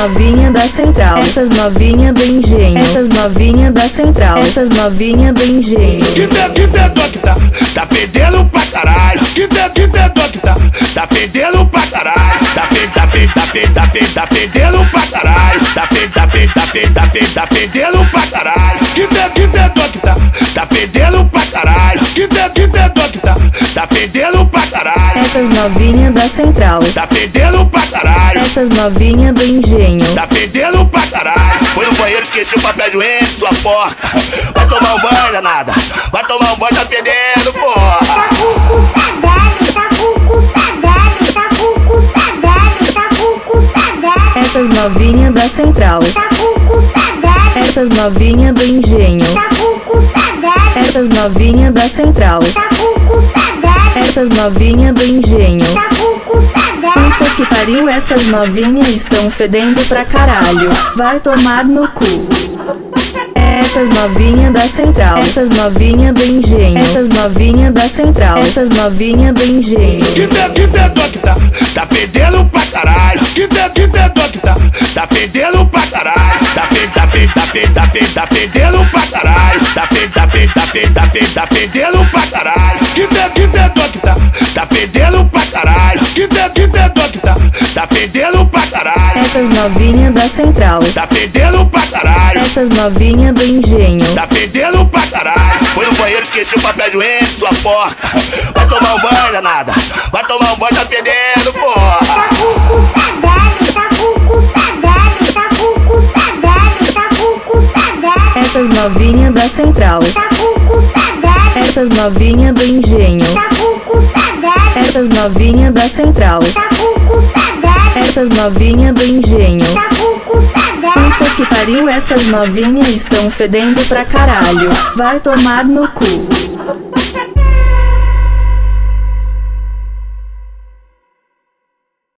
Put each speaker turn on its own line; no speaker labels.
novinha da central, essas novinha do engenho, essas novinha da central, essas novinha do engenho.
Que ve- que vedor que tá, tá fedendo pra caralho. Que ve- que vedor que tá, tá fedendo pra caralho. Tá fe, tá fe, tá fe, tá fe, tá fedendo pra caralho. Tá fe, tá fe, tá fe, tá fe, tá fedendo pra caralho. Que ve, que vedor que tá, tá fedendo pra caralho. Que ve, que vedor que tá, tá fedendo pra caralho.
Essas novinha da central,
Tá fedendo pra caralho.
essas novinha do engenho.
Tá perdendo pra caralho. Foi no banheiro, esqueceu o papel higiênico, sua porca. Vai tomar um banho, danada. Vai tomar um banho, tá perdendo, porra.
Tá com o cu fagado, tá com o cu fagado, tá com o cu fagado, tá com o cu fagado,
Essas novinha da central,
tá com o cu fagado,
essas novinha do engenho.
tá com o cu fagado,
Essas novinha da central,
tá com o cu fagado,
essas novinha do engenho.
tá com o cu fagado.
Puta que pariu, essas novinhas estão fedendo pra caralho. Vai tomar no cu. Essas novinhas da central, essas novinhas do engenho, essas novinhas da central, essas novinhas do engenho.
Que, ve que vedor que tá, tá perdendo pra caralho. Que, ve que vedor que tá, tá perdendo pra caralho. Tá fe, tá fe, tá fe, tá fe, tá perdendo pra caralho. Tá fe, tá fe, tá fe, tá fe, tá perdendo pra caralho. Que, ve que vedor que tá, tá perdendo pra caralho. Que, ve que vedor que tá, tá perdendo pra caralho.
Essas novinhas da central,
Tá perdendo pra caralho.
essas novinhas do engenho.
Tá perdendo pra caralho. Foi no banheiro, esqueceu o papel higiênico, sua porca. Vai tomar um banho, danada. Vai tomar um banho, tá perdendo, porra.
Tá com o cu fagado, tá com o cu fagado, tá com o cu fagado, tá com o cu fagado,
Essas novinhas da central,
tá com o cu fagado,
essas novinhas do engenho.
tá com o cu fagado.
Essas novinhas da central,
Tá com o cu fagado,
essas novinhas do engenho.
tá com o cu fagado,
Puta que pariu, essas novinhas estão fedendo pra caralho. Vai tomar no cu.